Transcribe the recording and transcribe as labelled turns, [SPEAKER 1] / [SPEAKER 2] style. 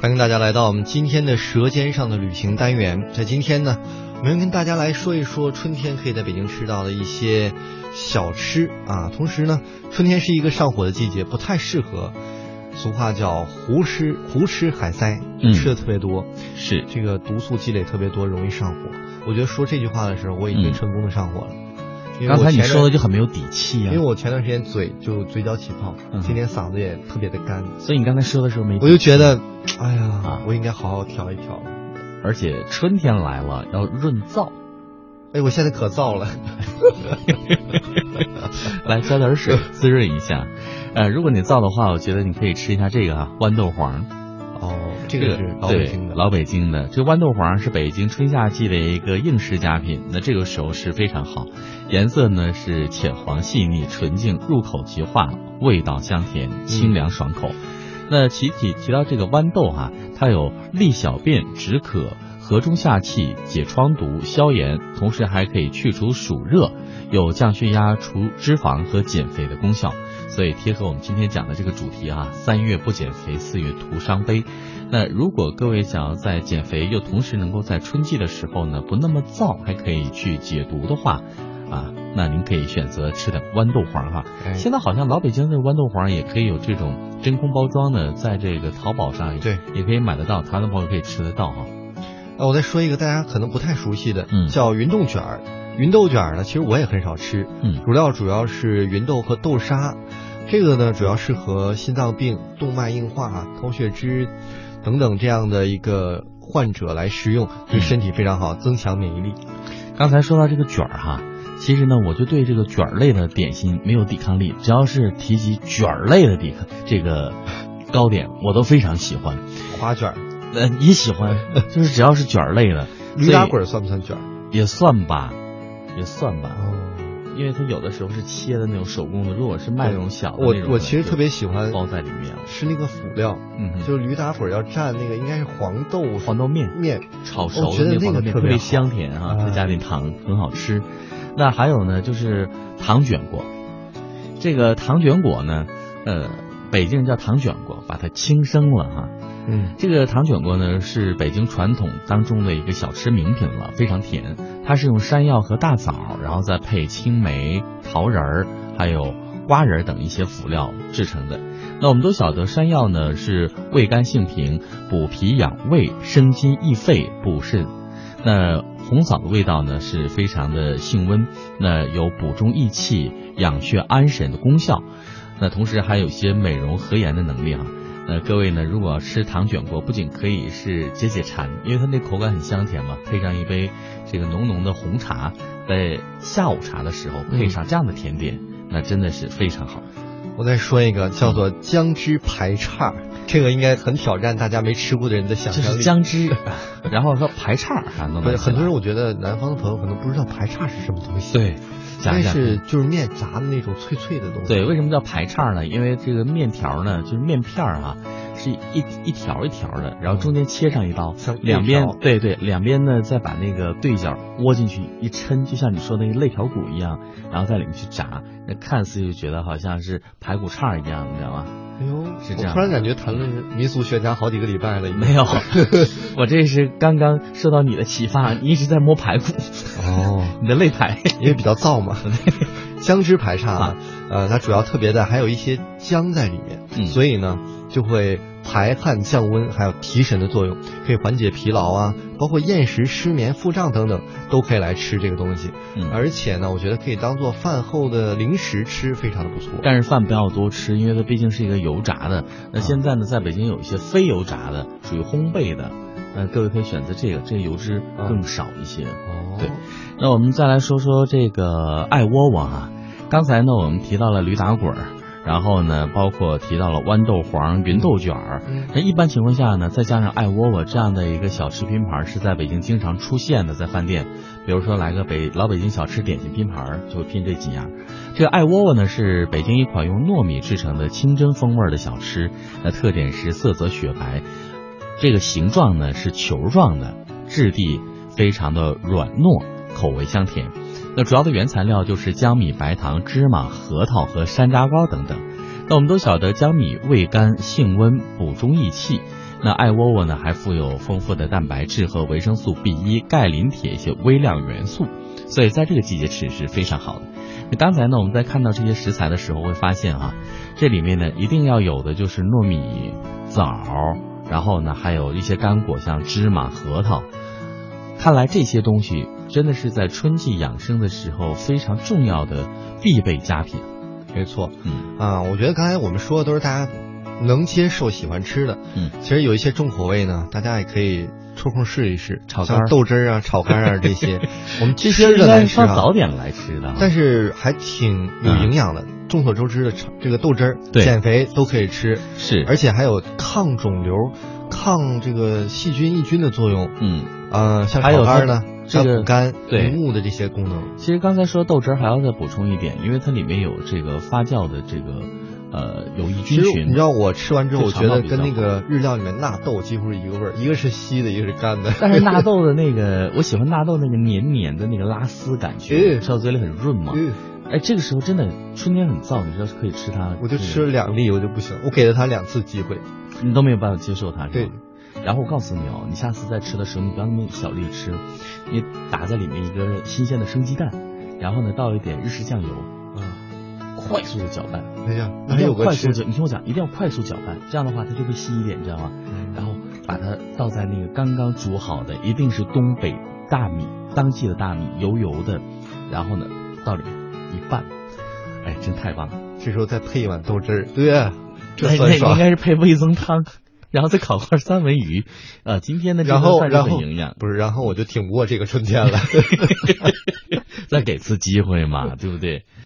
[SPEAKER 1] 欢迎大家来到我们今天的《舌尖上的旅行》单元。在今天呢，我们跟大家来说一说春天可以在北京吃到的一些小吃啊。同时呢，春天是一个上火的季节，不太适合。俗话叫胡吃胡吃海塞，
[SPEAKER 2] 嗯
[SPEAKER 1] 吃的特别多，
[SPEAKER 2] 是
[SPEAKER 1] 这个毒素积累特别多，容易上火。我觉得说这句话的时候，我已经
[SPEAKER 2] 嗯
[SPEAKER 1] 成功的上火了。因为
[SPEAKER 2] 刚
[SPEAKER 1] 我
[SPEAKER 2] 才你
[SPEAKER 1] 前
[SPEAKER 2] 说的
[SPEAKER 1] 段
[SPEAKER 2] 就很没有底气啊
[SPEAKER 1] 因为，我前段时间嘴就嘴角起泡，
[SPEAKER 2] 嗯
[SPEAKER 1] 今天嗓子也特别的干，
[SPEAKER 2] 所以你刚才说的时候没底气，
[SPEAKER 1] 我就觉得，哎呀，
[SPEAKER 2] 啊
[SPEAKER 1] 我应该好好调一调了。
[SPEAKER 2] 而且春天来了，要润燥，
[SPEAKER 1] 哎，我现在可燥了。
[SPEAKER 2] 来浇点水滋润一下。呃，如果你燥的话，我觉得你可以吃一下这个啊，豌豆黄，
[SPEAKER 1] 哦， 这个是老
[SPEAKER 2] 对
[SPEAKER 1] 北京的。
[SPEAKER 2] 老北京的这豌豆黄是北京春夏季的一个应时佳品，那这个时候是非常好，颜色呢是浅黄细腻纯净，入口即化，味道香甜，清凉爽口。那其体提到这个豌豆啊，它有利小便、止渴、和中下气、解疮毒、消炎，同时还可以去除暑热，有降血压、除脂肪和减肥的功效。所以贴合我们今天讲的这个主题啊，三月不减肥，四月徒伤悲。那如果各位想要在减肥又同时能够在春季的时候呢，不那么燥，还可以去解毒的话，啊，那您可以选择吃点豌豆黄哈、
[SPEAKER 1] 哎
[SPEAKER 2] 现在好像老北京的豌豆黄也可以有这种真空包装的，在这个淘宝上
[SPEAKER 1] 对
[SPEAKER 2] 也可以买得到，台湾的朋友可以吃得到哈。
[SPEAKER 1] 啊，我再说一个大家可能不太熟悉的，
[SPEAKER 2] 嗯
[SPEAKER 1] 叫芸豆卷儿。芸豆卷儿呢，其实我也很少吃，
[SPEAKER 2] 嗯
[SPEAKER 1] 主料主要是芸豆和豆沙。这个呢，主要适合心脏病、动脉硬化、高血脂等等这样的一个患者来食用，对
[SPEAKER 2] 嗯
[SPEAKER 1] 身体非常好，增强免疫力。
[SPEAKER 2] 刚才说到这个卷儿哈，其实呢，我就对这个卷儿类的点心没有抵抗力，只要是提及卷儿类的抵抗这个糕点，我都非常喜欢。
[SPEAKER 1] 花卷儿、
[SPEAKER 2] 呃，也喜欢， 就是只要是卷儿类的，
[SPEAKER 1] 驴打滚儿算不算卷儿？
[SPEAKER 2] 也算吧，也算吧，
[SPEAKER 1] 哦，
[SPEAKER 2] 因为它有的时候是切的那种手工的，如果是卖那种小的
[SPEAKER 1] 我
[SPEAKER 2] 那种
[SPEAKER 1] 我
[SPEAKER 2] 可能
[SPEAKER 1] 其实
[SPEAKER 2] 就
[SPEAKER 1] 特别喜欢
[SPEAKER 2] 包在里面了。
[SPEAKER 1] 吃那个辅料，
[SPEAKER 2] 嗯哼，
[SPEAKER 1] 就是驴打滚儿要蘸那个应该是黄豆
[SPEAKER 2] 黄豆面
[SPEAKER 1] 面，
[SPEAKER 2] 炒
[SPEAKER 1] 我
[SPEAKER 2] 熟
[SPEAKER 1] 觉
[SPEAKER 2] 的
[SPEAKER 1] 得
[SPEAKER 2] 那
[SPEAKER 1] 那
[SPEAKER 2] 黄
[SPEAKER 1] 个
[SPEAKER 2] 豆面
[SPEAKER 1] 特
[SPEAKER 2] 特
[SPEAKER 1] 别
[SPEAKER 2] 别
[SPEAKER 1] 好
[SPEAKER 2] 香甜啊，
[SPEAKER 1] 哎
[SPEAKER 2] 再加点糖很好吃。那还有呢，就是糖卷果，这个糖卷果呢，呃，北京人叫糖卷果，把它轻生了哈。
[SPEAKER 1] 嗯，
[SPEAKER 2] 这个糖卷果呢是北京传统当中的一个小吃名品了，非常甜。它是用山药和大枣，然后再配青梅、桃仁儿，还有瓜仁儿等一些辅料制成的。那我们都晓得，山药呢是味甘性平，补脾养胃、生津益肺、补肾。那红枣的味道呢是非常的性温，那有补中益气、养血安神的功效。那同时还有一些美容和颜的能力啊。那各位呢，如果要吃糖卷果，不仅可以是解解馋，因为它那口感很香甜嘛，配上一杯这个浓浓的红茶，在下午茶的时候配上这样的甜点，那真的是非常好。
[SPEAKER 1] 我再说一个叫做姜汁排叉，这个应该很挑战大家没吃过的人的想
[SPEAKER 2] 就
[SPEAKER 1] 象
[SPEAKER 2] 是
[SPEAKER 1] 力。
[SPEAKER 2] 姜汁，然后说排叉儿啊还能
[SPEAKER 1] 对，很多人我觉得南方的朋友可能不知道排叉是什么东西，，
[SPEAKER 2] 对，夹
[SPEAKER 1] 但
[SPEAKER 2] 一下
[SPEAKER 1] 是就是面炸的那种脆脆的东西。
[SPEAKER 2] 对，为什么叫排叉呢？因为这个面条呢，就是面片儿啊，是一一条一条的，然后中间切上一刀
[SPEAKER 1] 像，肋
[SPEAKER 2] 两边
[SPEAKER 1] 嗯条
[SPEAKER 2] 对对，两边呢再把那个对角窝进去一抻，就像你说的那个肋条骨一样，然后在里面去炸，那看似就觉得好像是排骨叉一样，你知道吗？
[SPEAKER 1] 哎呦，
[SPEAKER 2] 是这
[SPEAKER 1] 我
[SPEAKER 2] 样
[SPEAKER 1] 突然感觉谈论民俗学家好几个礼拜了，已经
[SPEAKER 2] 没有，我这是刚刚受到你的启发，你一直在摸排骨，
[SPEAKER 1] 哦，
[SPEAKER 2] 你的肋排。
[SPEAKER 1] 因为比较燥嘛。姜汁排叉啊，呃，它主要特别的还有一些姜在里面，
[SPEAKER 2] 嗯
[SPEAKER 1] 所以呢就会排汗降温，还有提神的作用，可以缓解疲劳啊，包括厌食、失眠、腹胀等等，都可以来吃这个东西。
[SPEAKER 2] 嗯
[SPEAKER 1] 而且呢，我觉得可以当做饭后的零食吃，非常的不错。
[SPEAKER 2] 但是饭不要多吃，因为它毕竟是一个油炸的。那现在呢，在北京有一些非油炸的，属于烘焙的，那各位可以选择这个，这个油脂更少一些。
[SPEAKER 1] 哦
[SPEAKER 2] 对那我们再来说说这个爱窝窝啊，刚才呢我们提到了驴打滚儿，然后呢包括提到了豌豆黄、芸豆卷儿。
[SPEAKER 1] 嗯
[SPEAKER 2] 那哎一般情况下呢，再加上爱窝窝这样的一个小吃拼盘儿是在北京经常出现的，在饭店，比如说来个北老北京小吃点心拼盘儿，就拼这几样儿。这个爱窝窝呢是北京一款用糯米制成的清真风味儿的小吃，那特点是色泽雪白，这个形状呢是球状的，质地非常的软糯，口味香甜。那主要的原材料就是江米、白糖、芝麻、核桃和山楂糕等等。那我们都晓得江米味甘性温，补中益气，那艾窝窝呢，还富有丰富的蛋白质和维生素 B 一、钙、磷、铁一些微量元素，所以在这个季节吃是非常好的。那刚才呢，我们在看到这些食材的时候，会发现啊，这里面呢一定要有的就是糯米、枣，然后呢还有一些干果，像芝麻、核桃。看来这些东西真的是在春季养生的时候非常重要的必备佳品。
[SPEAKER 1] 没错，
[SPEAKER 2] 嗯
[SPEAKER 1] 啊，我觉得刚才我们说的都是大家能接受、喜欢吃的。
[SPEAKER 2] 嗯，
[SPEAKER 1] 其实有一些重口味呢，大家也可以抽空试一试，
[SPEAKER 2] 炒肝
[SPEAKER 1] 像
[SPEAKER 2] 儿
[SPEAKER 1] 豆汁儿啊、炒肝 儿啊这些，我们
[SPEAKER 2] 这
[SPEAKER 1] 吃
[SPEAKER 2] 些
[SPEAKER 1] 着
[SPEAKER 2] 应该
[SPEAKER 1] 难
[SPEAKER 2] 是
[SPEAKER 1] 吃
[SPEAKER 2] 上早
[SPEAKER 1] 啊，
[SPEAKER 2] 点来吃的啊。
[SPEAKER 1] 但是还挺有营养的。众所周知的炒这个豆汁儿，
[SPEAKER 2] 对
[SPEAKER 1] 减肥都可以吃，
[SPEAKER 2] 是
[SPEAKER 1] 而且还有抗肿瘤、抗这个细菌抑菌的作用。
[SPEAKER 2] 嗯。
[SPEAKER 1] 呃，像
[SPEAKER 2] 还有
[SPEAKER 1] 炒肝儿呢，
[SPEAKER 2] 它
[SPEAKER 1] 像
[SPEAKER 2] 这个
[SPEAKER 1] 补肝、
[SPEAKER 2] 对
[SPEAKER 1] 明目的这些功能。
[SPEAKER 2] 其实刚才说豆汁儿还要再补充一点，因为它里面有这个发酵的这个呃有益
[SPEAKER 1] 其
[SPEAKER 2] 菌
[SPEAKER 1] 实
[SPEAKER 2] 群。
[SPEAKER 1] 你知道我吃完之后，我
[SPEAKER 2] 对肠
[SPEAKER 1] 觉
[SPEAKER 2] 道
[SPEAKER 1] 得
[SPEAKER 2] 比
[SPEAKER 1] 跟
[SPEAKER 2] 较
[SPEAKER 1] 那个日料里面纳豆几乎是一个味儿，一个是稀的，一个是干 的。
[SPEAKER 2] 但是纳豆的那 个，我喜欢纳豆那个黏黏的那个拉丝感觉，
[SPEAKER 1] 嗯
[SPEAKER 2] 吃到嘴里很润嘛。
[SPEAKER 1] 嗯
[SPEAKER 2] 哎，这个时候真的春天很燥，你知道是可以吃它，
[SPEAKER 1] 我就吃了，两粒，我就不
[SPEAKER 2] 嗯
[SPEAKER 1] 行，我给了他两次机会。
[SPEAKER 2] 你都没有办法接受它，是
[SPEAKER 1] 对
[SPEAKER 2] 吧？然后我告诉你哦，你下次再吃的时候，你不要那么一小粒吃，你打在里面一个新鲜的生鸡蛋，然后呢倒一点日式酱油，
[SPEAKER 1] 啊，
[SPEAKER 2] 快速的搅拌，
[SPEAKER 1] 哎呀，那还
[SPEAKER 2] 一定要
[SPEAKER 1] 有个
[SPEAKER 2] 嗯快速
[SPEAKER 1] 吃，
[SPEAKER 2] 的，你听我讲，一定要快速搅拌，这样的话它就会稀一点，你知道吗？然后把它倒在那个刚刚煮好的，一定是东北大米，当季的大米，油油的，然后呢倒里面一拌，哎，真太棒了！
[SPEAKER 1] 这时候再配一碗豆汁儿，对，这
[SPEAKER 2] 哎
[SPEAKER 1] 酸
[SPEAKER 2] 那应
[SPEAKER 1] 爽。
[SPEAKER 2] 该是配味增汤，然后再烤块三文鱼，啊，今天的这
[SPEAKER 1] 然
[SPEAKER 2] 顿
[SPEAKER 1] 后，
[SPEAKER 2] 饭是
[SPEAKER 1] 然
[SPEAKER 2] 很
[SPEAKER 1] 后
[SPEAKER 2] 营养，
[SPEAKER 1] 不是，然后我就挺不过这个春天了。
[SPEAKER 2] 再给次机会嘛，对不对？